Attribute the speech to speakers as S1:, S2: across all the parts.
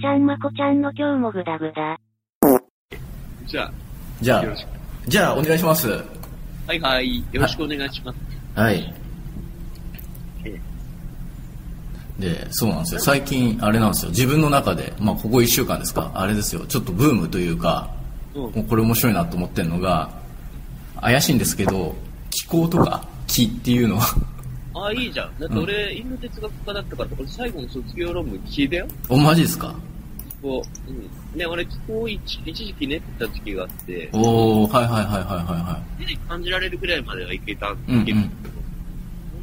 S1: ちゃんまこちゃんの今日もグダグダ。
S2: じゃ
S3: じゃ
S2: あ、
S3: あ
S2: よろしく。
S3: じゃあお願いします
S2: はいはい、よろしくお願いします。
S3: はい
S2: え
S3: でそうなんですよ最近あれなんですよ自分の中で、まあ、ここ1週間ですかあれですよちょっとブームというか
S2: うん
S3: もうこれ面白いなと思ってるのが怪しいんですけど気候とか気っていうのは
S2: ああ、いいじゃん。だって俺、インド哲学科だったから、俺最後の卒業論文聞いたよ。
S3: おマジですか
S2: 気候。うん。ね、俺気候一一時期ねってた時期があって、
S3: おおはいはいはいはいはいは
S2: 手で感じられるぐらいまではいけた
S3: うんうん
S2: んだけど、もう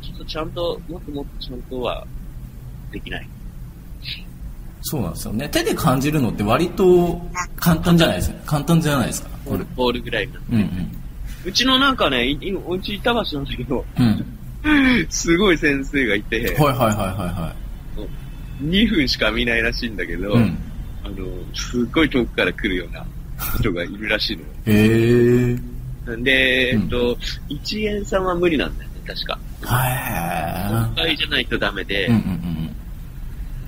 S2: ちょっとちゃんと、もっともっとちゃんとはできない。
S3: いそうなんですよね手で感じるのって割と簡単じゃないですか簡単じゃないですか
S2: ボールボールぐらいになって
S3: うんうん
S2: うちのなんかね、い今、うち板橋なんだけど、
S3: うん
S2: すごい先生がいて、
S3: はいはいはいは
S2: 2分しか見ないらしいんだけど、
S3: いはいうん
S2: あの、すっごい遠くから来るような人がいるらしいのよ。
S3: へえ
S2: で、え
S3: う
S2: っ
S3: ん
S2: と、一円さんは無理なんだよね、確か。
S3: は
S2: 国会じゃないとダメで、
S3: いうんうんうん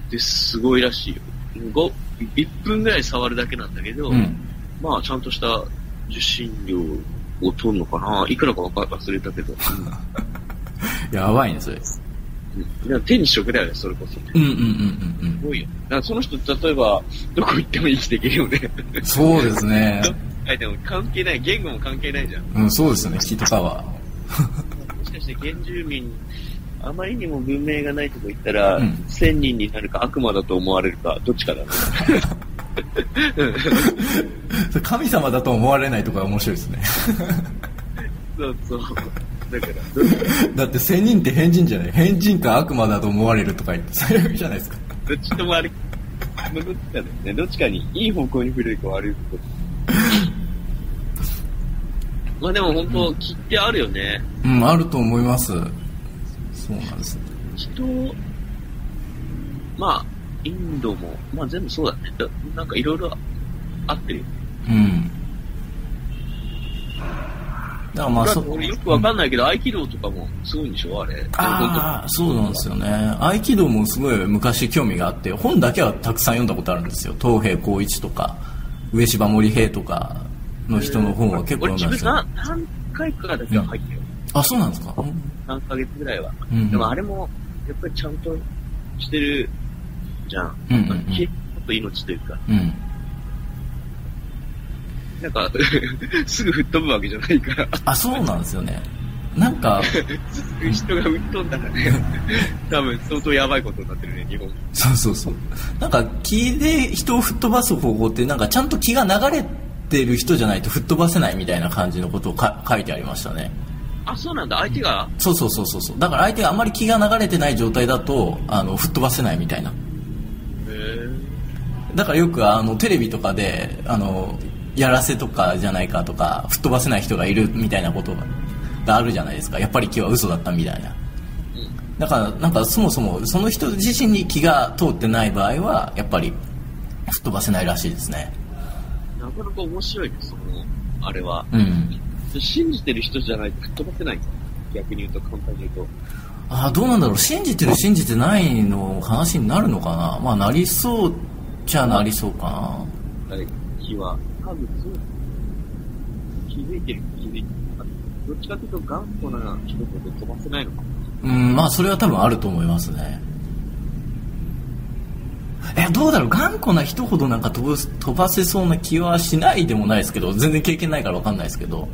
S2: で、すごいらしいよ。5、1分ぐらい触るだけなんだけど、
S3: うん
S2: まあ、ちゃんとした受信料を取るのかな。いくらかわか忘れたけど。
S3: やばいねそれ
S2: うん、でも手に職だよね、それこそ。
S3: うんうんうんうん
S2: すごいよ。だからその人、例えば、どこ行っても生きていける よね。
S3: うんそうですね
S2: はい、でも関係ない。言語も関係ないじゃん。
S3: うんそうですね気とかは
S2: もしかして原住民、あまりにも文明がないとこ行ったら、
S3: うん
S2: 千1000人になるか悪魔だと思われるか、どっちかだね。
S3: それ神様だと思われないとか面白いです ね
S2: そうそう。だから、どっち
S3: だって仙人って変人じゃない変人か悪魔だと思われるとか言って最悪じゃないですか
S2: どっちともあれ、どっちかだよね。どっちかに、いい方向に触れるか悪い方向に。 まあでも本当、気ってあるよね。
S3: うんあると思いますそうなんです
S2: 人を、まあ、インドも、まあ全部そうだね。だなんかいろいろ合ってるよ。
S3: うんだからまあ
S2: だ
S3: そ
S2: って俺よくわかんないけど、合気道とかもすごいんでしょあれ。
S3: ああそうなんですよね合気道もすごい昔興味があって本だけはたくさん読んだことあるんですよ東平光一とか上柴森平とかの人の本は結構
S2: 俺自分
S3: 読んだんですよ
S2: な何回かだけは入ってる。
S3: あそうなんですかうん
S2: 何ヶ月ぐらいは。
S3: うんうん
S2: でもあれも、やっぱりちゃんとしてるじゃん。
S3: うんうんうん
S2: ちょっと命というか。
S3: うん
S2: なんか、 すぐ吹っ飛ぶわけじゃないから、
S3: あそうなんですよねなん か
S2: 人が吹っ飛んだら ね、多分相当やばいことになってるね、日本。
S3: そうそうそうなんか気で人を吹っ飛ばす方法ってなんかちゃんと気が流れてる人じゃないと吹っ飛ばせないみたいな感じのことをか書いてありましたね
S2: あ、そうなんだ、相手が、
S3: そうそうそうそうそうだから相手があまり気が流れてない状態だとあの吹っ飛ばせないみたいな
S2: へ
S3: だからよくあのテレビとかであのやらせとかじゃないかとか吹っ飛ばせない人がいるみたいなことがあるじゃないですかやっぱり気は嘘だったみたいなだからなんかそもそもその人自身に気が通ってない場合はやっぱり吹っ飛ばせないらしいですね
S2: なかなか面白いね、その、あれは。
S3: うん
S2: 信じてる人じゃないと吹っ飛ばせない。逆に言うと、簡単に言うと。
S3: ああどうなんだろう信じてる信じてないの話になるのかなまあなりそうじゃなりそうかな
S2: はい、気は、多分そう。気づいてる、気づいてる。どっちかというと、頑固な人ほど飛ばせないのかも。
S3: うんまあそれは多分あると思いますねえどうだろう頑固な人ほどなんか飛ぶ飛ばせそうな気はしないでもないですけど全然経験ないから分かんないですけど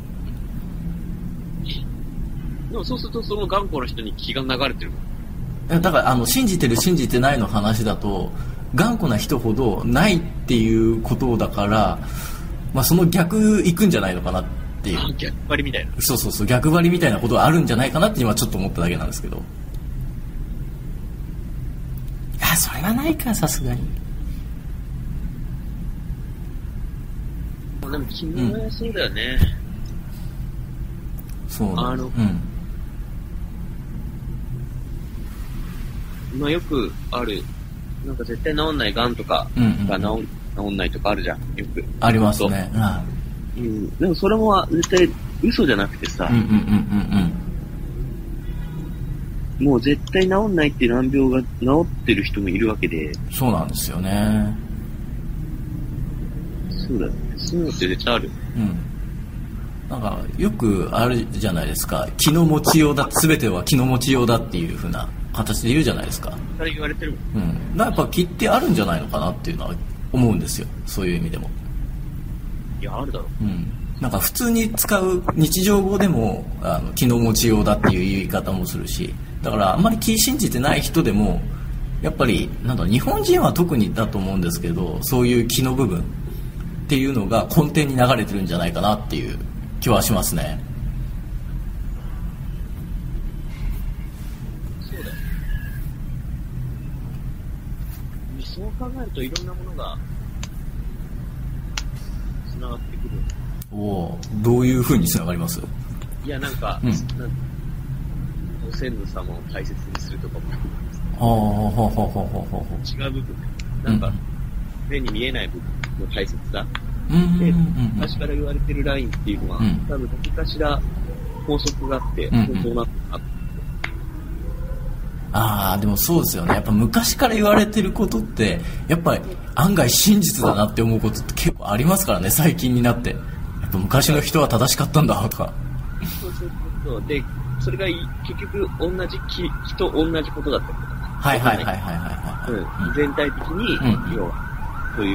S2: でもそうすると、その頑固な人に気が流れてるもん。
S3: えだからあの信じてる信じてないの話だと頑固な人ほどないっていうことだから、まあ、その逆行くんじゃないのかなっていう
S2: あ逆張りみたいな。
S3: そうそうそう逆張りみたいなことはあるんじゃないかなって今ちょっと思っただけなんですけどあそれはないかさすがに
S2: でも、気もそうだよね。
S3: そうなん
S2: あ
S3: です
S2: の
S3: うん
S2: まあよくある、なんか絶対治んない癌とか
S3: うんうん
S2: が治,、ん、治んないとかあるじゃん、よく。
S3: ありますね。は
S2: うん。でもそれも絶対嘘じゃなくてさ
S3: い、うんうんうん
S2: もう絶対治んないっていう難病が治ってる人もいるわけで、
S3: うん。そうなんですよね。
S2: そうだよね。そうって絶対ある。
S3: うん。なんか、よくあるじゃないですか。気の持ちようだ、すべては気の持ちようだっていう風な形で言うじゃないですか。
S2: 二人言われてるもん。
S3: うん。だからやっぱ気ってあるんじゃないのかなっていうのは思うんですよ。そういう意味でも。
S2: いや、あるだろ。
S3: うん。なんか普通に使う日常語でも、あの、気の持ちようだっていう言い方もするし、だからあんまり気信じてない人でも、やっぱり、なんだろう日本人は特にだと思うんですけど、そういう気の部分っていうのが根底に流れてるんじゃないかなっていう気はしますね。
S2: そうだよ。そう考えるといろんなものが、繋がってくる。
S3: おおーどういう風に繋がります
S2: いや、なんか、
S3: うん
S2: なんご先祖様を大切にするとかも
S3: ああ、ほうほうほうほうほうほ
S2: 違う部分。なんか、
S3: うん
S2: 目に見えない部分の大切さ。
S3: う。うんうんう
S2: で、
S3: ん
S2: 昔から言われてるラインっていうのは、
S3: うん
S2: 多分何かしら法則があって、
S3: うん
S2: 本当なあ
S3: ああでもそうですよねやっぱ昔から言われてることってやっぱり案外真実だなって思うことって結構ありますからね最近になってやっぱ昔の人は正しかったんだとか
S2: そうそうそうそう。で、それがい結局同じ木木と同じことだったりとか。
S3: はいはいはいはいはいはい、
S2: うん、全体的に、
S3: うん
S2: 要は、そう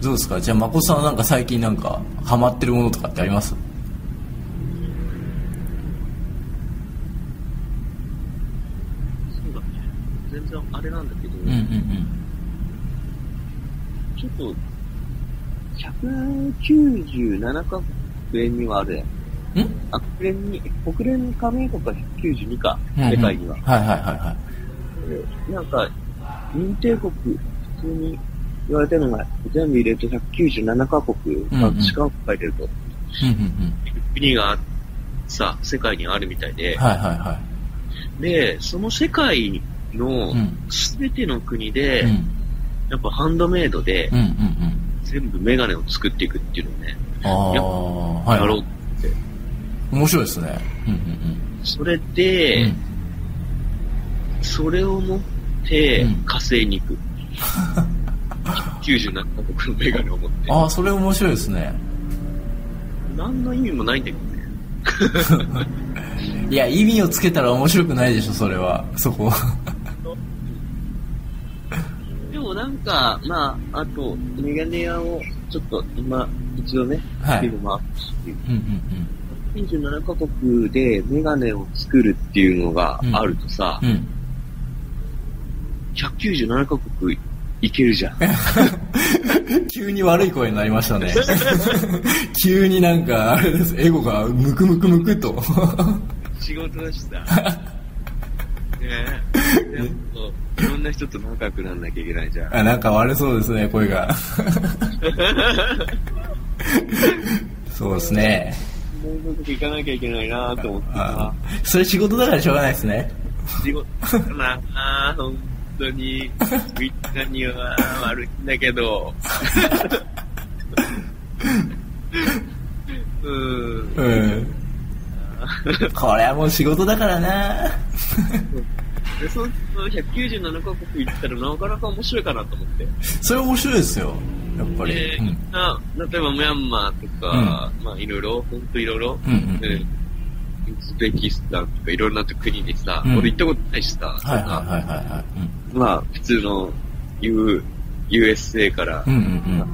S2: いう、
S3: どうですかじゃあまこさんはなんか最近なんかハマってるものとかってあります
S2: そうだね。全然あれなんだけど、
S3: うんうんうん
S2: ちょっと、197カ国にはある。
S3: ん
S2: あ、国連に、国連加盟国は192か、
S3: うんうん
S2: 世界には。
S3: はいはいはいはい
S2: でなんか、認定国、普通に言われてるのが、全部入れると197カ国、
S3: うんうん
S2: しか書いてると、
S3: うんうん
S2: 国がさ、世界にあるみたいで
S3: うん、はいはいは
S2: で、その世界の
S3: いうん
S2: 全ての国
S3: う
S2: で、
S3: ん
S2: やっぱハンドメイドで
S3: うんうんうん
S2: 全部メガネを作っていくっていうのをね、
S3: ああはい
S2: や
S3: は
S2: ろ。
S3: いう面白いですねうんうん
S2: それ
S3: うん
S2: で、
S3: うん
S2: それを持って
S3: うん
S2: 火星に行 く。97カ国のメガネを持って。
S3: ああそれ面白いですね
S2: 何の意味もないんだけどね。
S3: いや意味をつけたら面白くないでしょそれはそこ
S2: でもなんか、まあ、あと、メガネ屋をちょっと今、一度ね、
S3: はい
S2: 見てもらって
S3: うんうん
S2: 27カ国でメガネを作るっていうのがあるとさ、
S3: うん うん
S2: 197カ国行けるじゃん。
S3: 急に悪い声になりま したね急になんかあれですエゴがムクムクムクと
S2: 仕事だしさ。ねえ。でもいろんな人と仲良くなんなきゃいけないじゃん。
S3: あなんか悪そうですね声 がそうですね
S2: もうちょっと行かなきゃいけないなと思って
S3: あ
S2: さ。
S3: それ仕事だからしょうがないですね
S2: 仕事だなあ本当に。みんなには悪いんだけ ど。うん。
S3: うんこれはもう仕事だからな
S2: で、そうすると197カ国行ったらなかなか面白いかなと思って。
S3: それ面白いですよやっぱり、
S2: で、
S3: うん
S2: みんな、例えばミャンマーとか、まあいろいろ、本当いろいろ。
S3: うんうん
S2: うんウズベキスタンとかいろんな国にさ、
S3: うん
S2: 俺行ったことないしさ、
S3: はいはいはいはいはい
S2: まあ普通の U USA から
S3: う、んうん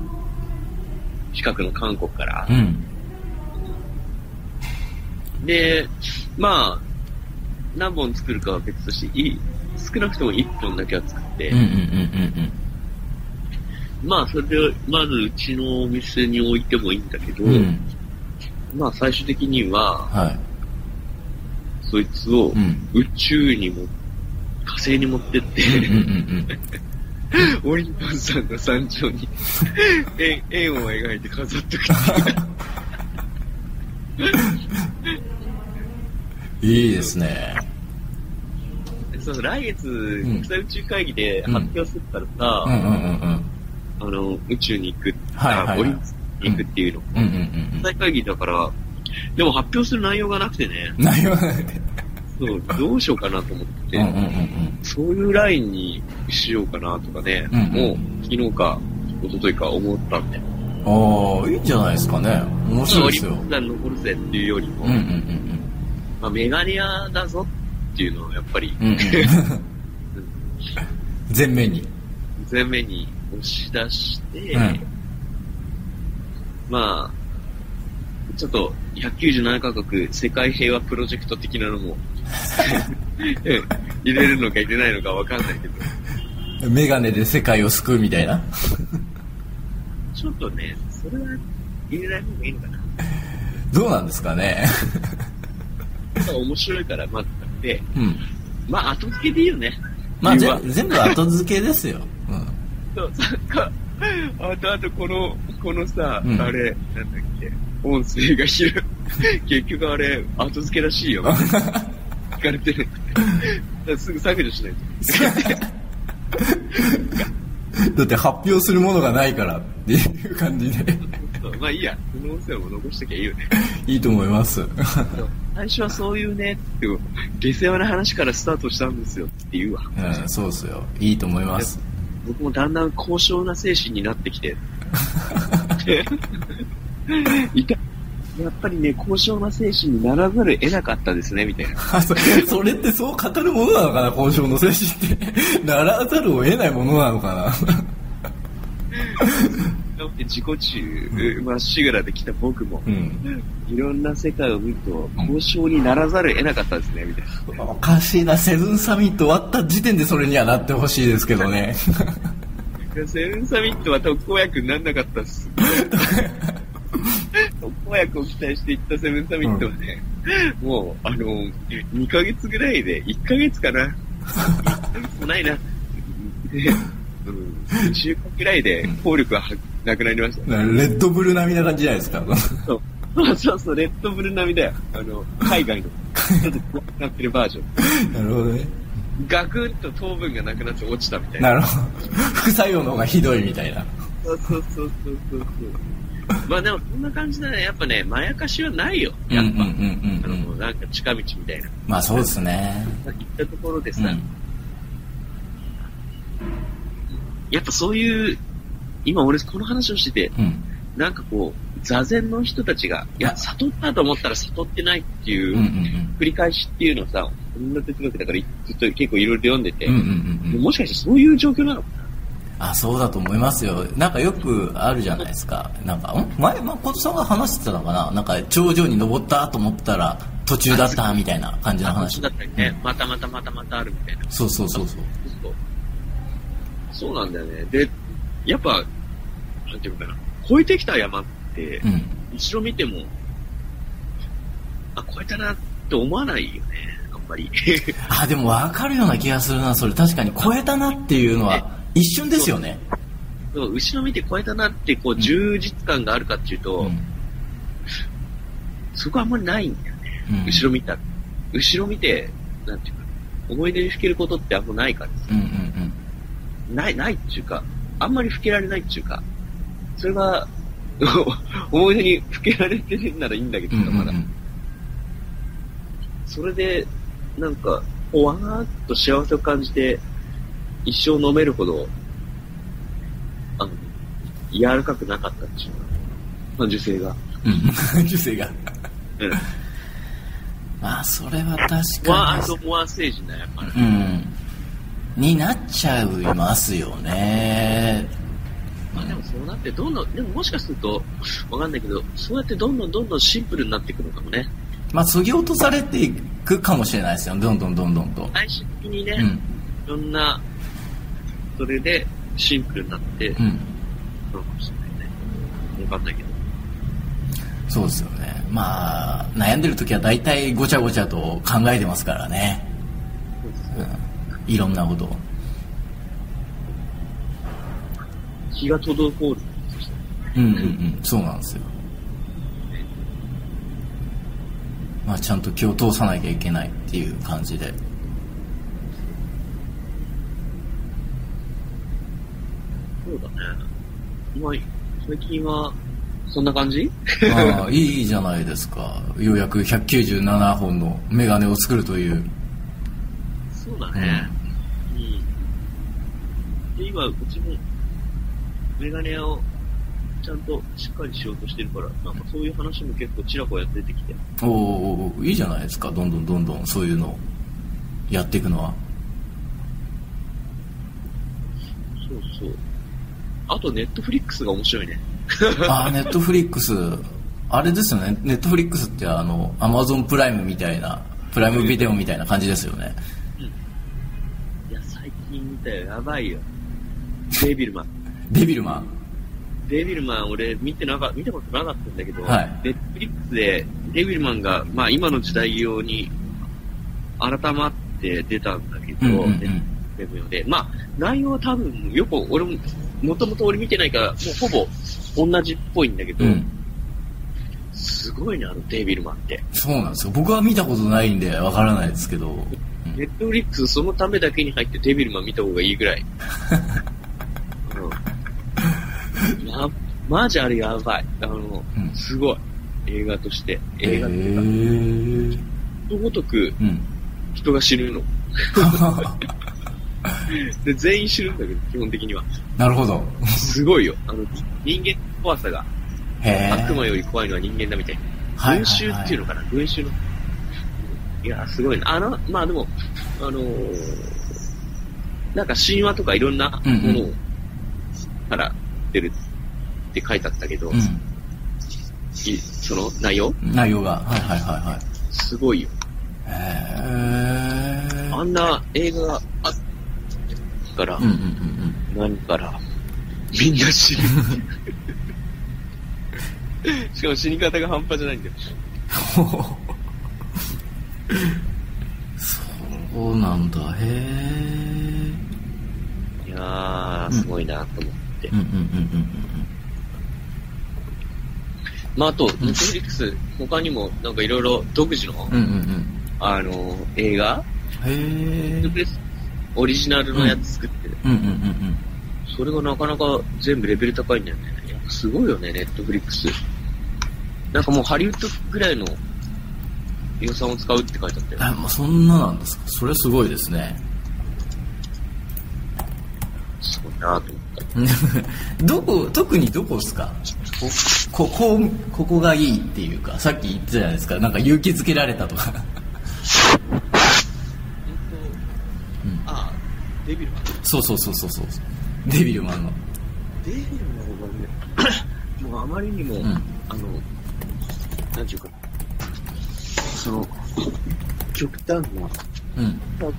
S2: 近くの韓国から
S3: うんう、ん
S2: で、まあ、何本作るかは別として、いい少なくとも1本だけは作って、
S3: うんうんうんうんうん
S2: まあそれで、まずうちのお店に置いてもいいんだけど、
S3: うん、
S2: まあ最終的には、
S3: はい。
S2: そいつを
S3: うん。
S2: 宇宙にも、火星に持って って、
S3: うんうんうん
S2: オリンポンさんの山頂に円円を描いて飾っとく
S3: うん。いいですね。
S2: ってそう来月、
S3: ん
S2: 国際宇宙会議で発表するからさ、
S3: うんうんうんうん。
S2: あの宇宙に行く、
S3: はいはいはい
S2: あオリンピックに行くっていうの、
S3: うんうん
S2: 国際会議だから、でも発表する内容がなくてね、
S3: うん。内容がないで。
S2: そうどうしようかなと思って、
S3: うんうんうんうん。
S2: そういうラインにしようかなとかね、
S3: うん
S2: もう昨日か、一昨日か思ったんで。
S3: ああいいんじゃないですかね面白いですよ
S2: オリックスが残るぜっていうよりも、
S3: うんうん
S2: まあ、メガネ屋だぞっていうのをやっぱり
S3: うんうんうんうん全面に
S2: 前面に押し出して、
S3: うん
S2: まあ、ちょっと197カ国世界平和プロジェクト的なのも うん入れるのか入れないのかわかんないけど、
S3: メガネで世界を救うみたいな
S2: ちょっとね、それは入れない方がいいのかな。
S3: どうなんですかね
S2: ただ面白いから、まあ、で、
S3: うん
S2: まあ、後付けでいいよね。
S3: まあ
S2: 理
S3: ぜ
S2: 由は
S3: 全部後付けですよ、うん、
S2: そう、なんか、あとあとこの、このさ、
S3: うん
S2: あれ、なんだっけ、音声が拾う。 結局あれ、後付けらしいよ。聞かれてる。だからすぐ削除しないと。
S3: だって発表するものがないからっていう感じで
S2: そうまあいいや、この音声も残しときゃいい よね。
S3: いいと思います
S2: そう最初はそういうね、っていう、下世話な話からスタートしたんですよって言うわ。
S3: うんそうっすよいいと思います
S2: 僕もだんだん高尚な精神になってき て。いたやっぱりね、高尚な精神にならざるを得なかったですね、みたいな。
S3: あそそれってそう語るものなのかな交渉の精神ってならざるを得ないものなのか
S2: だって自己中まっしぐらで来た僕も、
S3: なうん
S2: いろんな世界を見ると、交渉にならざるを得なかったですね、みたいな。
S3: おかしいなセブンサミット終わった時点でそれにはなってほしいですけどね
S2: セブンサミットは特効薬にならなかったっ す。特効薬を期待していったセブンサミットはね、もう、あの、2ヶ月ぐらいで、1ヶ月かな。1ヶ月もないな。で、うん、2週間ぐらいで効力ははなくなりました。
S3: レッドブル並みな感じじゃないですか
S2: そう そうそうそう、レッドブル並みだよ。あの、海外の。ちょっと怖くなってるバージョン。
S3: なるほどね
S2: ガクッと糖分がなくなって落ちたみたいな。
S3: なるほど副作用の方がひどいみたいな
S2: そうそうそうそうそうそう。まあでも、そんな感じだね。やっぱね、まやかしはないよ。やっぱ。
S3: うんうん
S2: あ
S3: うんうんう
S2: の、
S3: ん
S2: なんか近道みたいな。
S3: まあそうですね
S2: 行ったところで
S3: う
S2: さ、
S3: ん
S2: やっぱそういう、今俺この話をしてて、
S3: うん
S2: なんかこう、座禅の人たちが、いや、悟ったと思ったら悟ってないっていう、
S3: うんうんうん
S2: 繰り返しっていうのをさ、女哲学だからずっと結構いろいろ読んでて、
S3: うんうんうん
S2: もしかしてそういう状況なのかな
S3: あそうだと思いますよなんかよくあるじゃないですかなんかん前誠さんが話してたのかななんか頂上に登ったと思ったら途中だったみたいな感じの話
S2: だったりね、またまたまたまたあるみたいな。
S3: そうそうそうそう
S2: そうそうなんだよね。で、やっぱ、なんていうのかな、越えてきた山って
S3: う、ん
S2: 後ろ見ても、あ、越えたなって思わないよね、あんま り。
S3: あでも分かるような気がするなそれ確かに超えたなっていうのは一瞬ですよね
S2: そう後ろ見て越えたなって、こう、
S3: ん
S2: 充実感があるかっていうと、
S3: うん
S2: そこはあんまりないんだよね。
S3: うん
S2: 後ろ見た。後ろ見て、なんていうか、思い出にふけることってあんまないからさ
S3: うんうんうん
S2: ない、ないっていうか、あんまり老けられないっていうか、それが、 思い出に老けられてるならいいんだけど
S3: うん
S2: さ、
S3: うん
S2: まだ。それで、なんか、ほわーっと幸せを感じて、一生飲めるほど、あの、柔らかくなかったっていうか、まあ、女性が。
S3: うん うん受精が
S2: うん。
S3: まあそれは確
S2: ワン
S3: か
S2: ア
S3: に
S2: ンドモアステージな、やっぱり。
S3: うんになっちゃいますよね
S2: まあでもそうなって、どんどん、でももしかすると、わかんないけど、そうやってどんどんどんどんシンプルになっていくのかもね。
S3: まあ、そぎ落とされていくかもしれないですよ。どんどんどんどんと。
S2: 最終的にね、
S3: うん。
S2: いろんな、それでシンプルになって、
S3: う
S2: そ
S3: ん。
S2: うかもしれないね。わかんないけど。
S3: そうですよね。まあ、悩んでる時は大体ごちゃごちゃと考えてますからね。うん。いろんなことを。
S2: 気が滞る。
S3: うんうんうん。そうなんですよ。まあ、ちゃんと気を通さなきゃいけないっていう感じで。
S2: そうだね。まあ、最近は、そんな感じ
S3: まあ、いいじゃないですか。ようやく197本のメガネを作るという。
S2: そうだね。うん。で、今、うちも、メガネをちゃんとしっかりしようとしてるから、なんかそういう話も結構ちらほら出てきて、
S3: おーおーおーいいじゃないですかどんどんどんどんそういうのをやっていく のは
S2: そうそう。あと、ネットフリックスが面白いね。
S3: ああネットフリックスあれですよねネットフリックスってあのアマゾンプライムみたいなプライムビデオみたいな感じですよね
S2: いや、最近見たよ、やばいよ。デビルマン。
S3: デビルマン
S2: デビルマン、俺見てなか、見たことなかったんだけど、
S3: はい
S2: ネットフリックスでデビルマンが、まあ今の時代用に改まって出たんだけど、
S3: うんうんうん
S2: ネットフリックス用で、まあ内容は多分よく、俺も、もともと俺見てないから、もうほぼ同じっぽいんだけど、
S3: うん
S2: すごいね、あのデビルマンって。
S3: そうなんですよ僕は見たことないんでわからないですけど
S2: ネットフリックスそのためだけに入ってデビルマン見た方がいいぐらい。うん、やマジあれやばい。あの、
S3: うん
S2: すごい。映画として。
S3: え
S2: 映画というか、
S3: ー
S2: 人ごとく
S3: うん
S2: 人が死ぬの。で、全員死ぬんだけど、基本的には。
S3: なるほど
S2: すごいよ。あの、人間の怖さが、
S3: へえ
S2: 悪魔より怖いのは人間だみたいな。
S3: はい
S2: 群衆っていうのかな群衆の。いや、すごいな。あの、まあでも、あのーなんか神話とかいろんなもの
S3: うん
S2: をから出るって書いてあったけど、
S3: うん
S2: いその内容
S3: 内容がはいはいはいはい
S2: すごいよ。
S3: へえ
S2: あんな映画があったから
S3: うん、うんうん
S2: 何から、みんな死ぬ。 しかも死に方が半端じゃないんだよ。
S3: うんそうなんだへえ
S2: いやー、すごいなと思って。
S3: うんうんうんうん
S2: まあ、あと、ネットフリックス、他にも、なんかいろいろ独自の、
S3: うんうんうんうん
S2: あのー映画、
S3: へ
S2: ネ
S3: え
S2: ットフリックスオリジナルのやつ作ってる。
S3: うんうんうん
S2: それがなかなか全部レベル高いんだよね。いやすごいよね、ネットフリックス。なんかもうハリウッドぐらいの予算を使うって書いてあった
S3: う
S2: よ
S3: ん。あもうそんななんですかそれすごいですね
S2: すごいなと思った。
S3: どこ特にどこですかこここここがいいっていうかさっき言ってたじゃないですかなんか勇気づけられたと
S2: 本
S3: か
S2: 当、
S3: うん
S2: ああ、デビルマン。
S3: そうそうそうそうそうデビルマンの
S2: デビルマンは ね、もうあまりにも、
S3: ん
S2: あの、なんていうか、その、極端な、
S3: うん
S2: 多分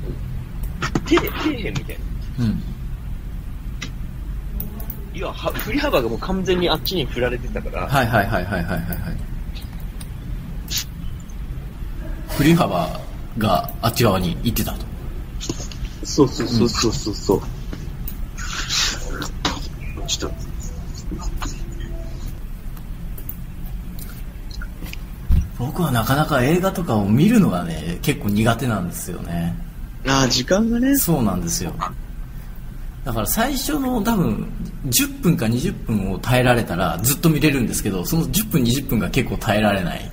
S2: 手で、底辺みたいな。
S3: うん
S2: 要はは、振り幅がもう完全にあっちに振られてたから、
S3: はいはいはいはいはいはいはい振り幅があっち側に行ってたと
S2: そうそうそうそうそうそう。ちょっと。
S3: 僕はなかなか映画とかを見るのがね結構苦手なんですよね
S2: ああ、時間がね。
S3: そうなんですよだから最初の多分10分か20分を耐えられたらずっと見れるんですけどその10分20分が結構耐えられない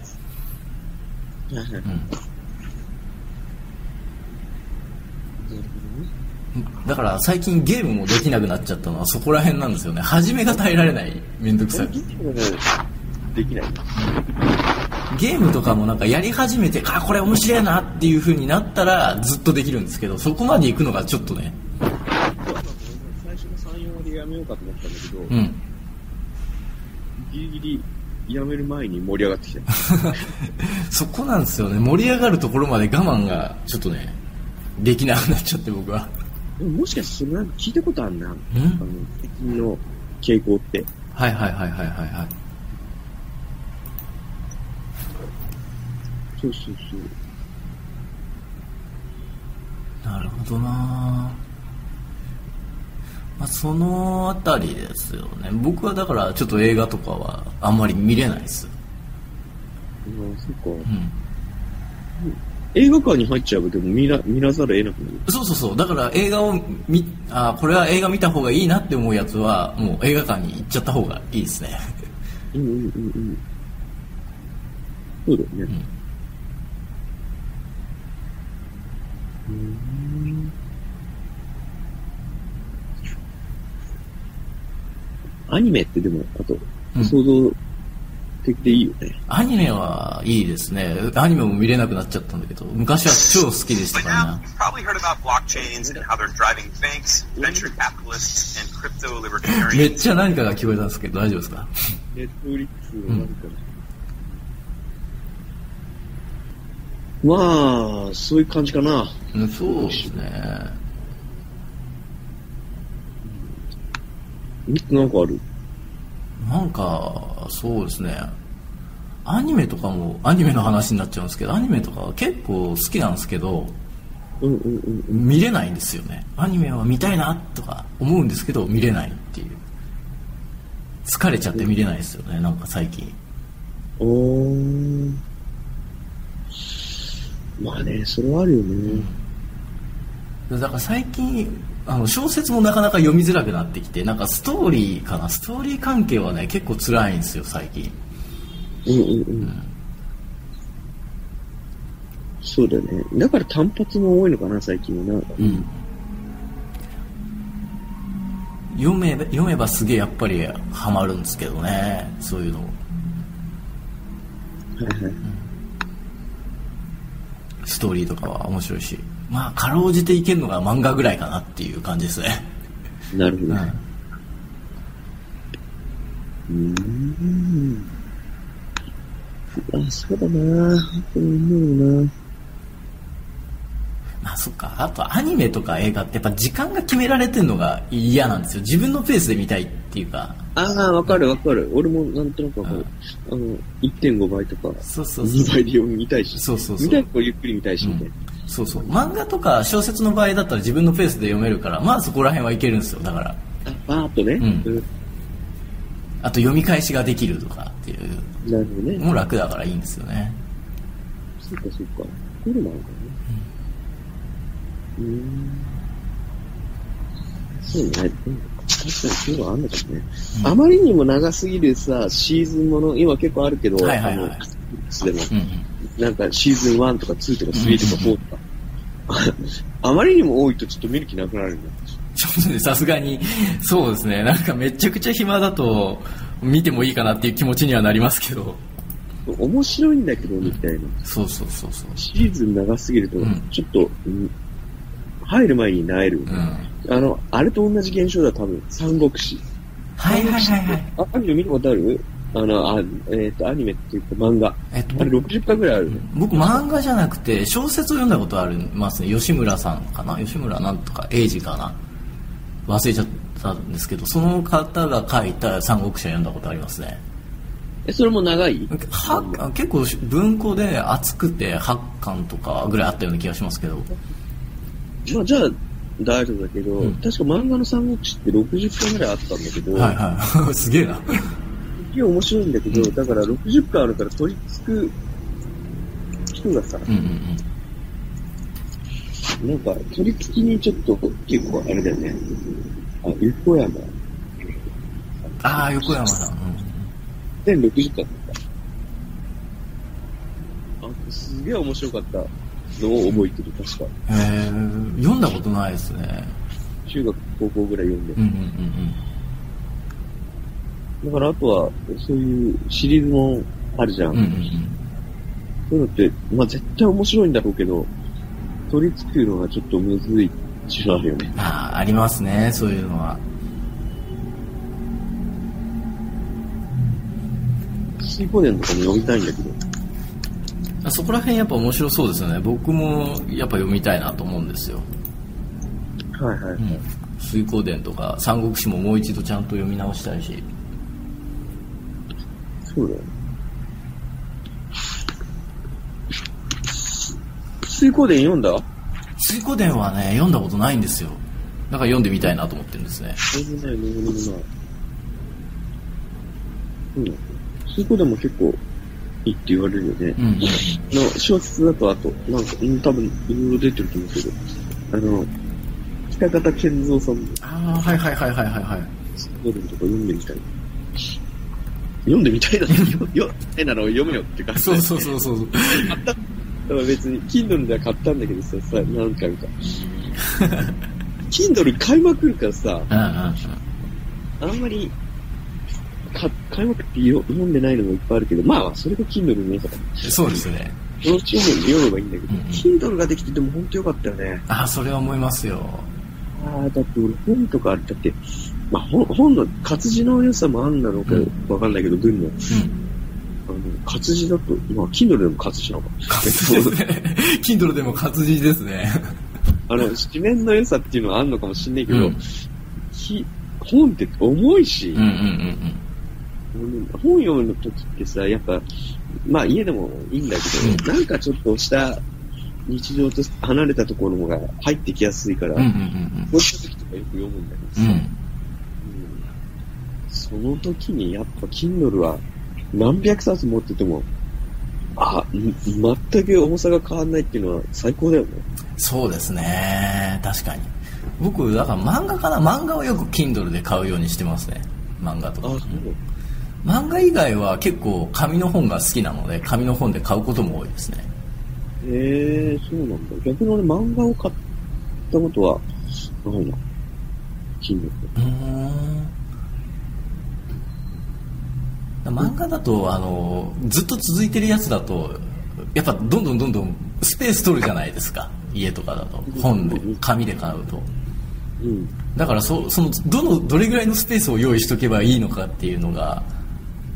S3: だから最近ゲームもできなくなっちゃったのはそこら辺なんですよね初めが耐えられない面倒くさく
S2: できない。
S3: ゲームとかもなんかやり始めてあこれ面白いなっていう風になったらずっとできるんですけどそこまで行くのがちょっとね
S2: 最初の3、4話でやめようかと思ったんだけど、
S3: うん
S2: ギリギリやめる前に盛り上がってきた。
S3: そこなんですよね盛り上がるところまで我慢がちょっとねできなくなっちゃって僕は
S2: でももしかしてそれなんか聞いたことあるな。あ
S3: う
S2: の
S3: ん、
S2: 最近の傾向って。
S3: はいはいはいはいはいはい
S2: そうそうそう。
S3: なるほどなまあ、そのあたりですよね僕はだからちょっと映画とかはあんまり見れないです
S2: うん、そっ
S3: う
S2: か。
S3: ん
S2: 映画館に入っちゃえばでも見な見なざるを得なくなる。
S3: そうそうそうだから映画を見あこれは映画見た方がいいなって思うやつはもう映画館に行っちゃった方がいいですね
S2: うんうんうんうん。そうだよね。うん。アニメってでも、あと、
S3: うん
S2: 想像的でいいよね。
S3: アニメはいいですね。アニメも見れなくなっちゃったんだけど、昔は超好きでした
S4: By
S3: から
S4: now,
S3: な。
S4: you've probably heard about blockchains and how they're driving banks, venture capitalists, and crypto
S3: めっ
S4: libertarians.
S3: ちゃ何かが聞こえたんですけど、大丈夫ですか
S2: ネットフリックスはあるから。まあ、そういう感じかな。
S3: うんそうですね。
S2: なんかある。
S3: なんか、そうですね。アニメとかも、アニメの話になっちゃうんですけど、アニメとか結構好きなんですけど、
S2: うんうんうん。
S3: 見れないんですよね。アニメは見たいなとか思うんですけど、見れないっていう。疲れちゃって見れないですよね、なんか最近。
S2: おー。まあね、それはあるよね。
S3: だから最近、あの小説もなかなか読みづらくなってきて、なんかストーリーかな、ストーリー関係はね、結構辛いんですよ、最近。
S2: うんうんうん。そうだよね。だから単発も多いのかな、最近はな。
S3: うん、読めば読めばすげえやっぱりハマるんですけどねそういうの
S2: はいはい。
S3: ストーリーとかは面白いしまあかろうじていけるのが漫画ぐらいかなっていう感じですね、
S2: なるほ
S3: う
S2: ど。
S3: ん、
S2: うーん。あ、そうだな。これ思うな。
S3: まあそっかあとアニメとか映画ってやっぱ時間が決められてるのが嫌なんですよ自分のペースで見たいっていうか
S2: ああ、わかるわかる。俺もなんとなくわかる。あの、1.5倍とか、
S3: そうそうそう
S2: 2倍で読みたいし。
S3: そうそうそう
S2: 見たい子ゆっくり見たいし、みたいな。
S3: そうそう漫画とか小説の場合だったら自分のペースで読めるからまあそこら辺はいけるんですよだから
S2: あ、パーッとね。
S3: う
S2: うん
S3: あと読み返しができるとかっていう
S2: なるほどね。
S3: もう楽だからいいんですよね
S2: そっかそっか。これもあるからね。うーん。そうね。確かにそういうのあんだけどね。
S3: うん
S2: あまりにも長すぎるさ、シーズンもの、今結構あるけど、
S3: はいはいはい
S2: あの、Netflix でも、
S3: うんうん
S2: なんかシーズン1とか2とか3とか4とか。あまりにも多いとちょっと見る気なくなるんだ。
S3: ちょっとね、 さすがに、そうですね、なんかめちゃくちゃ暇だと、見てもいいかなっていう気持ちにはなりますけど、
S2: 面白いんだけど、みたいな。
S3: そうそうそうそう。
S2: シーズン長すぎると
S3: うん、
S2: ちょっと、うん入る前に萎える。
S3: うん。はい
S2: あの、あれと同じ現象だ、多分。三国志。
S3: はいはいはい。
S2: あアニメ見たことあるあの、あえっ、と、アニメっていうか漫画。
S3: えっと
S2: あれ、60巻ぐらいあるね。
S3: 僕、漫画じゃなくて、小説を読んだことありますね。吉村さんかな吉村なんとか、英二かな忘れちゃったんですけど、その方が書いた三国志は読んだことありますね。
S2: え、それも長い
S3: は結構文庫で厚くて8巻とかぐらいあったような気がしますけど、
S2: まあ、じゃあ、大丈夫だけど、
S3: うん
S2: 確か漫画の三国志って60巻ぐらいあったんだけど、
S3: はいはい。 すげえな。
S2: すげえ面白いんだけど、
S3: うん
S2: だから60巻あるから取り付く人がさ、
S3: うんうんうん。
S2: なんか、取り付きにちょっと結構あれだよね。あ、横山。
S3: ああ、横山さん。うん
S2: 全60巻だった。あ、すげえ面白かったのを覚えてる、確か。
S3: えー読んだことないですね。
S2: 中学、高校ぐらい読んで
S3: うん。うんうん
S2: だからあとは、そういうシリーズもあるじゃん。
S3: うん。うんうん
S2: そういうのって、まあ絶対面白いんだろうけど、取り付くのがちょっとむずいしあるよね
S3: う。ん。ああ、ありますね、そういうのは。
S2: 水光伝とかも読みたいんだけど。
S3: そこら辺やっぱ面白そうですよね。僕もやっぱ読みたいなと思うんですよ。
S2: はいはい。
S3: うん。水光伝とか三国志ももう一度ちゃんと読み直したいし。
S2: そうだよね。水光伝読んだ
S3: 水光伝はね、読んだことないんですよ。だから読んでみたいなと思ってるんですね。
S2: 読んでない、読んでない。そうだよね水光伝も結構いいって言われるよね。
S3: うんうんうん。
S2: の小説だとあと、なんか、うん、多分、いろいろ出てると思うけど、あの、北方健三さんの
S3: ああ、はいはいはいはいはいはい。
S2: ノベルとか読んでみたい。読んでみたいな、 よよえなの読めよって感じ。
S3: そうそうそうそう。
S2: だから別に、Kindle では買ったんだけどさ、さ、何回か。Kindle 買いまくるからさ、
S3: うんうんうん。
S2: あんまりか買いまくってよ読んでないのもいっぱいあるけど、まあ、それが Kindle の良さかも。
S3: そうですね。
S2: その Kindle で読めばいいんだけど
S3: うん。
S2: Kindle ができてても本当よかったよね。
S3: ああ、それは思いますよ。
S2: ああ、だって俺本とかあれ、だって、まあ、本本の活字の良さもあんなのか
S3: うん
S2: わかんないけど、文の、
S3: うん。
S2: あの、活字だと、まあ、Kindle でも活字なのか。
S3: 活字ですね。Kindle でも活字ですね。
S2: あの、紙面の良さっていうのはあんのかもしんないけど、
S3: うん
S2: き本って重いし、
S3: うんうんうん
S2: 本読む時ってさ、やっぱ、まあ家でもいいんだけど、なんかちょっとした日常と離れたところが入ってきやすいから、
S3: うん。うんうん
S2: こうした時とかよく読むんだけ
S3: うんう
S2: ど
S3: ん。う
S2: さ、
S3: ん。
S2: うんその時にやっぱ Kindle は何百冊持ってても、あ、ん全く重さが変わんないっていうのは最高だよね。
S3: そうですね。確かに。僕、だから漫画かな漫画をよく Kindle で買うようにしてますね。漫画と
S2: あ、
S3: か。
S2: そう。
S3: 漫画以外は結構紙の本が好きなので、紙の本で買うことも多いですね。
S2: へえそうなんだ。逆に俺漫画を買ったことはないな。Kindle。
S3: うーん漫画だとあのずっと続いてるやつだとやっぱどんどんどんどんスペース取るじゃないですか家とかだと本で紙で買うと
S2: うん。
S3: だからそそのどのどれぐらいのスペースを用意しとけばいいのかっていうのが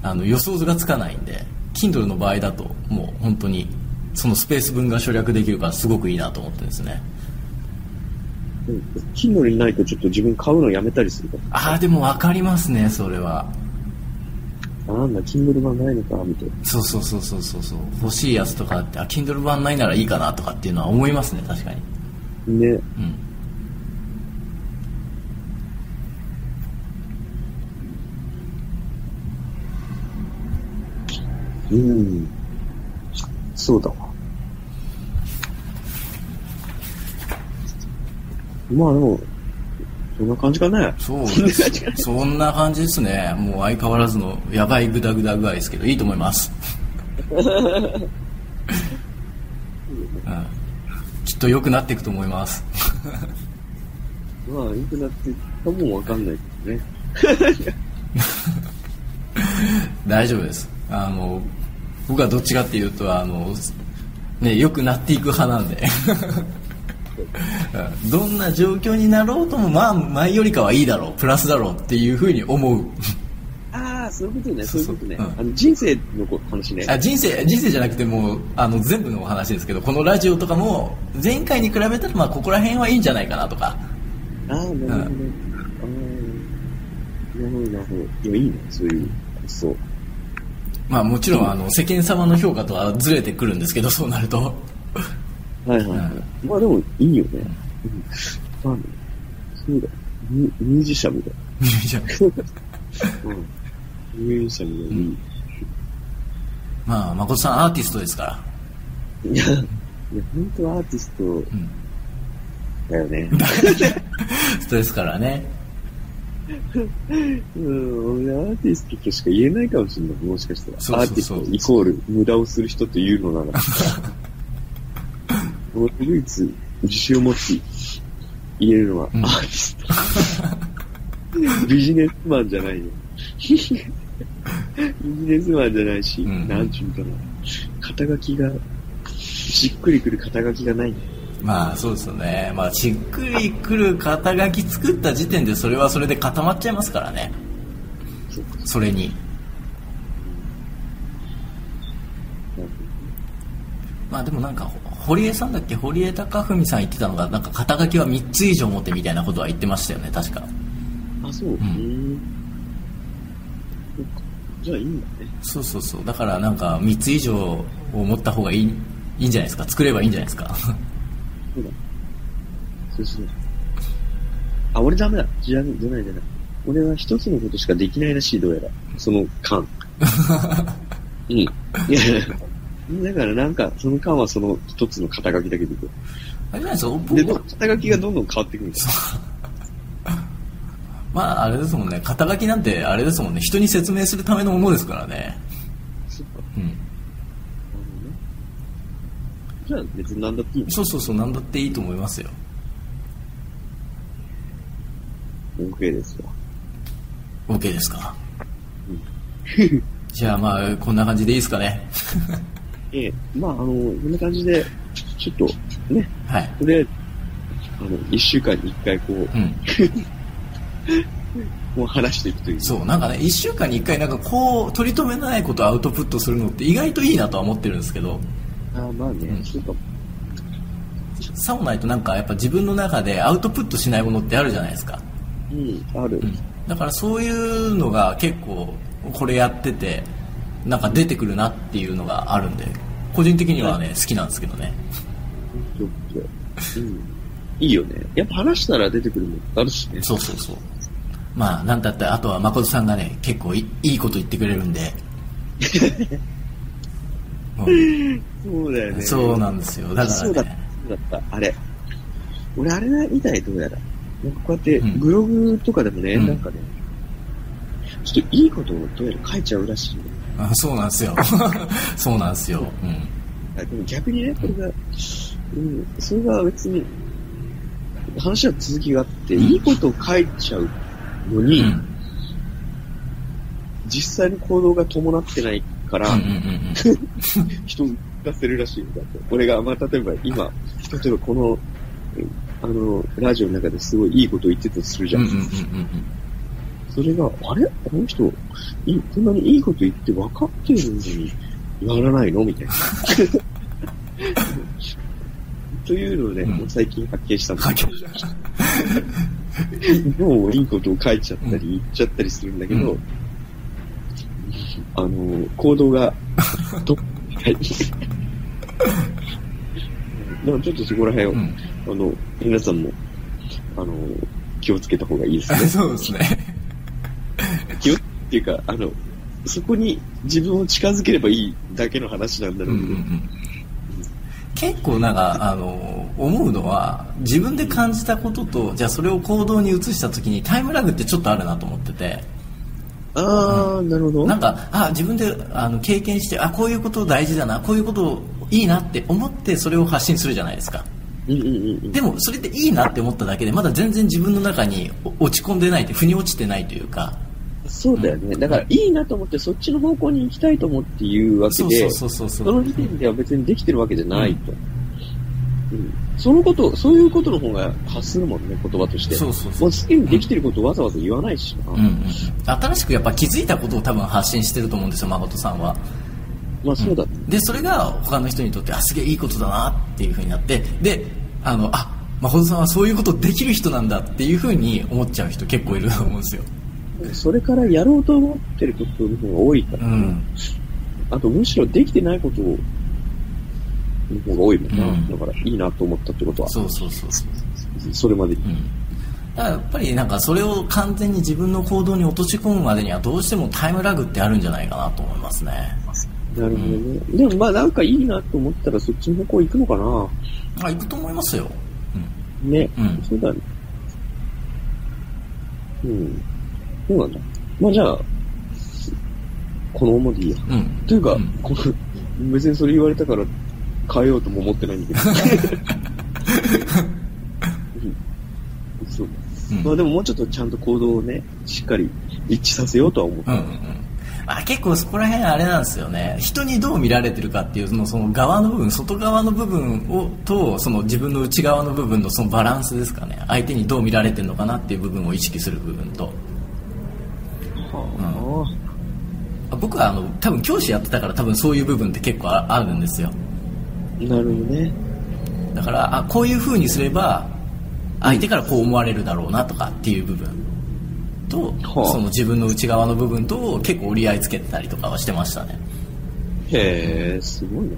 S3: あの予想図がつかないんで Kindle の場合だともう本当にそのスペース分が省略できるからすごくいいなと思ってですね
S2: 金のにないとちょっと自分買うのやめたりするか
S3: ああでも分かりますねそれは
S2: ら。なんだ、金のり版ないのか、みたいな。
S3: そうそうそうそうそうそう欲しいやつとかあってあ Kindle 版ないならいいかなとかっていうのは思いますね確かに
S2: ね。
S3: うん
S2: うん。そうだわ。まあでも、そんな感じかね。
S3: そうですそんな感じですねもう相変わらずのやばいグダグダ具合ですけどいいと思います、うん、きっと良くなっていくと思います
S2: まあ、良くなってかもわかんないけどね。
S3: 大丈夫ですあの僕はどっちかっていうとあのね良くなっていく派なんで うんどんな状況になろうともまあ前よりかはいいだろうプラスだろうっていうふうに思う
S2: ああ、そういうことね、
S3: そ
S2: そうう
S3: そう
S2: いうことね。
S3: うん
S2: あの人生のこ話ね。
S3: あ人生人生じゃなくてもうあの全部のお話ですけどこのラジオとかも前回に比べたらまあここら辺はいいんじゃないかなとか
S2: ああ、なるほどね。ああ、なるほど、なるほど。いや、いいね、そういう発想。
S3: まあもちろんあの世間様の評価とはずれてくるんですけどそうなる と
S2: はいはいはい。まあでも、いいよね。うん。まあね、そうだ。ミミュージシャンみたい。うん。ミュージシャンみたいに。
S3: まあ誠さんアーティストですから
S2: いや、いや、本当はアーティスト
S3: ん
S2: だよね。
S3: 人ですからね
S2: うん、俺アーティストとしか言えないかもしれない。もしかしたら。
S3: そうそうそう
S2: アーティストイコール無駄をする人というの なら。俺唯一自信を持って言えるのはアー
S3: ん
S2: ティスト。ビジネスマンじゃないよ。 ビジネスマンじゃないし、
S3: うん
S2: なんちゅうかな。肩書きが、しっくりくる肩書きがない。
S3: まあそうですよね、まあ、しっくりくる肩書き作った時点でそれはそれで固まっちゃいますからね
S2: そうか
S3: それに、
S2: なんか
S3: まあ、でもなんかほ堀江さんだっけ堀江貴文さん言ってたのがなんか肩書きは3つ以上持ってみたいなことは言ってましたよね確か
S2: あ、そう。うんそっかじゃあいいんだね。
S3: そうそうそうだからなんか3つ以上を持った方がいいいいんじゃないですか作ればいいんじゃないですか
S2: そうだ。そうしよう。あ、俺ダメだ。じゃない、じゃない、じゃない。俺は一つのことしかできないらしい、どうやら。その間。 うん。いやいやだからなんか、その間はその一つの肩書きだけでいく。
S3: あれじゃないですか
S2: で、
S3: 僕
S2: 肩書きがどんどん変わってくるんですよ。
S3: まああれですもんね肩書きなんてあれですもんね人に説明するためのものですからね
S2: そっか。
S3: うん
S2: なるほどねじゃあ別に何だっていい
S3: そうそうそうなんだっていいと思いますよ
S2: の ?OK ですわ。
S3: OK ですか、
S2: うん
S3: じゃあまあ、こんな感じでいいですかね。
S2: ええ、まあ、あの、こんな感じで、ちょっと、ね、
S3: はい。
S2: とりあえず、あの、一週間に一回、こう、
S3: うん。
S2: こう話していくという。
S3: そう、なんかね、一週間に一回、なんかこう、取り留めないことをアウトプットするのって意外といいなとは思ってるんですけど、
S2: あーまあ
S3: うん
S2: ね、そうかも。
S3: サウナイとなんかやっぱ自分の中でアウトプットしないものってあるじゃないですか。
S2: うん、ある。
S3: だからそういうのが結構、これやってて、なんか出てくるなっていうのがあるんで、個人的にはね、好きなんですけどね。
S2: ちょっとうん。いいよね。やっぱ話したら出てくるもんあるしね。
S3: そうそうそう。まあ、なんだったら、あとは誠さんがね、結構いいいこと言ってくれるん で。も
S2: そうだよ
S3: う
S2: ね。
S3: そうなんですよ。だか
S2: そうだ
S3: ら
S2: った
S3: ね。、
S2: そうだった。あれ。俺、あれな、みたい、どうやら。なんかこうやって、
S3: うん
S2: ブログとかでもね、
S3: うん
S2: なんかね、ちょっといいことをどうやら書いちゃうらしいんだよ
S3: あそうなんですよ。 そうなんですよ。うん。
S2: あでも逆にね、これが、うん、それが別に、話は続きがあって、
S3: うん
S2: いいことを書いちゃうの
S3: うん。
S2: に、
S3: うん
S2: 実際の行動が伴ってないから、
S3: うんうんうん。
S2: 人を出せるらしいんだって。俺が、まあ、例えば今、例えばこの、うんあの、ラジオの中ですごいいいことを言ってたとするじ
S3: う
S2: ゃ
S3: ん
S2: ん。
S3: うんうんうん
S2: それが、あれこの人、いいこんなにいいこと言って分かってるのに、やらないのみ たいな。というので、
S3: うん
S2: 最近発見したんだ
S3: 発
S2: け
S3: 見
S2: ど、もういいことを書いちゃったり言っちゃったりするんだけど、
S3: うん
S2: あの、行動が、ど、はい。でもちょっとそこら辺を、
S3: うん。
S2: あの、皆さんも、あの、気をつけた方がいいですね
S3: うん。。そうですね。
S2: 気をっていうか、あの、そこに自分を近づければいいだけの話なんだ
S3: うん
S2: ろ
S3: う
S2: うんけ
S3: う
S2: ど、
S3: ん。結構なんか、あの、思うのは、自分で感じたことと、じゃあそれを行動に移した時にタイムラグってちょっとあるなと思ってて。
S2: あー、なるほど。
S3: なんかあ自分であの経験してあこういうこと大事だなこういうこといいなって思ってそれを発信するじゃないですか
S2: うんうんうんうん。
S3: でもそれでいいなって思っただけでまだ全然自分の中にお落ち込んでないって腑に落ちてないというか
S2: そうだよね。だから、いいなと思って、そっちの方向に行きたいと思って言うわけ
S3: そう
S2: で、
S3: そうそうそうそう
S2: の時点では別にできてるわけじゃないと。うんそのこと、そういうことの方が発するもんね、言葉として。
S3: そうそうそう
S2: もうすでにできてることをわざわざ言わないしな。
S3: うんうん、新しくやっぱ気づいたことを多分発信してると思うんですよ誠さんは
S2: まあそうだね。
S3: でそれが他の人にとってあすげえいいことだなっていうふうになってであのあ誠さんはそういうことできる人なんだっていうふうに思っちゃう人結構いると思うんですよ
S2: それからやろうと思ってることの方が多いから、
S3: うん
S2: あとむしろできてないことの方が多いもんな。
S3: うん
S2: だからいいなと思ったってことは、
S3: そうそうそうそう
S2: それまでに。
S3: だからやっぱりなんかそれを完全に自分の行動に落とし込むまでにはどうしてもタイムラグってあるんじゃないかなと思いますね
S2: なるほどね。でもまあなんかいいなと思ったらそっちの方向行くのか
S3: あ行くと思いますよ
S2: な。ね。
S3: うん
S2: そうだね。うん。そうなんだ。まあじゃあ、このままでいいや。
S3: うんうん
S2: というか、
S3: ん
S2: この別にそれ言われたから変えようとも思ってないんだけ ど。うんそう
S3: うん
S2: まあでももうちょっとちゃんと行動をね、しっかり一致させようとは思う。
S3: うんうんうんあ結構そこら辺あれなんですよね人にどう見られてるかっていうそのその側の部分外側の部分をとその自分の内側の部分のそのバランスですかね相手にどう見られてるのかなっていう部分を意識する部分と
S2: は
S3: あ僕はあの多分教師やってたから多分そういう部分って結構ああるんですよ
S2: あなるほどね。
S3: だからあこういう風にすれば相手からこう思われるだろうなとかっていう部分と、
S2: はあ
S3: その自分の内側の部分と結構折り合いつけてたりとかはしてましたね
S2: へえ、すごいな。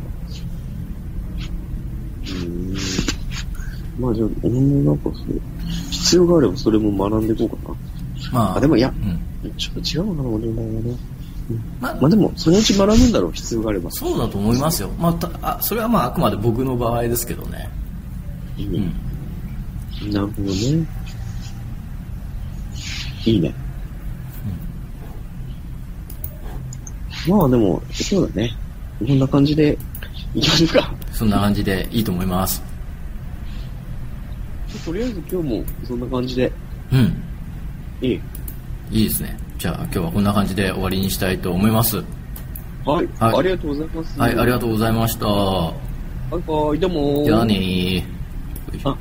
S2: うーん。まあじゃあ、俺もなんかそれ、必要があればそれも学んでいこうか
S3: ま
S2: な。
S3: あ
S2: あ、でもいや
S3: う、ん
S2: ちょっと違うのかな、俺の場合はね。
S3: まあ
S2: まあでも、そのうち学ぶんだろう、必要があれば。
S3: そうだと思いますよ、まあ、たあそれはまああくまで僕の場合ですけどね
S2: うんなるほどね。いいね。まあでも、そうだね。こんな感じで、いきましょうか。
S3: そんな感じでいいと思います
S2: とりあえず今日もそんな感じで、
S3: うん
S2: いい。
S3: いいですねじゃあ今日はこんな感じで終わりにしたいと思います。
S2: はい、
S3: はい
S2: ありがとうございます。
S3: はい、あり
S2: が
S3: がとうございました。
S2: とう。バイバイ、どうもー
S3: じゃあねー。
S2: あ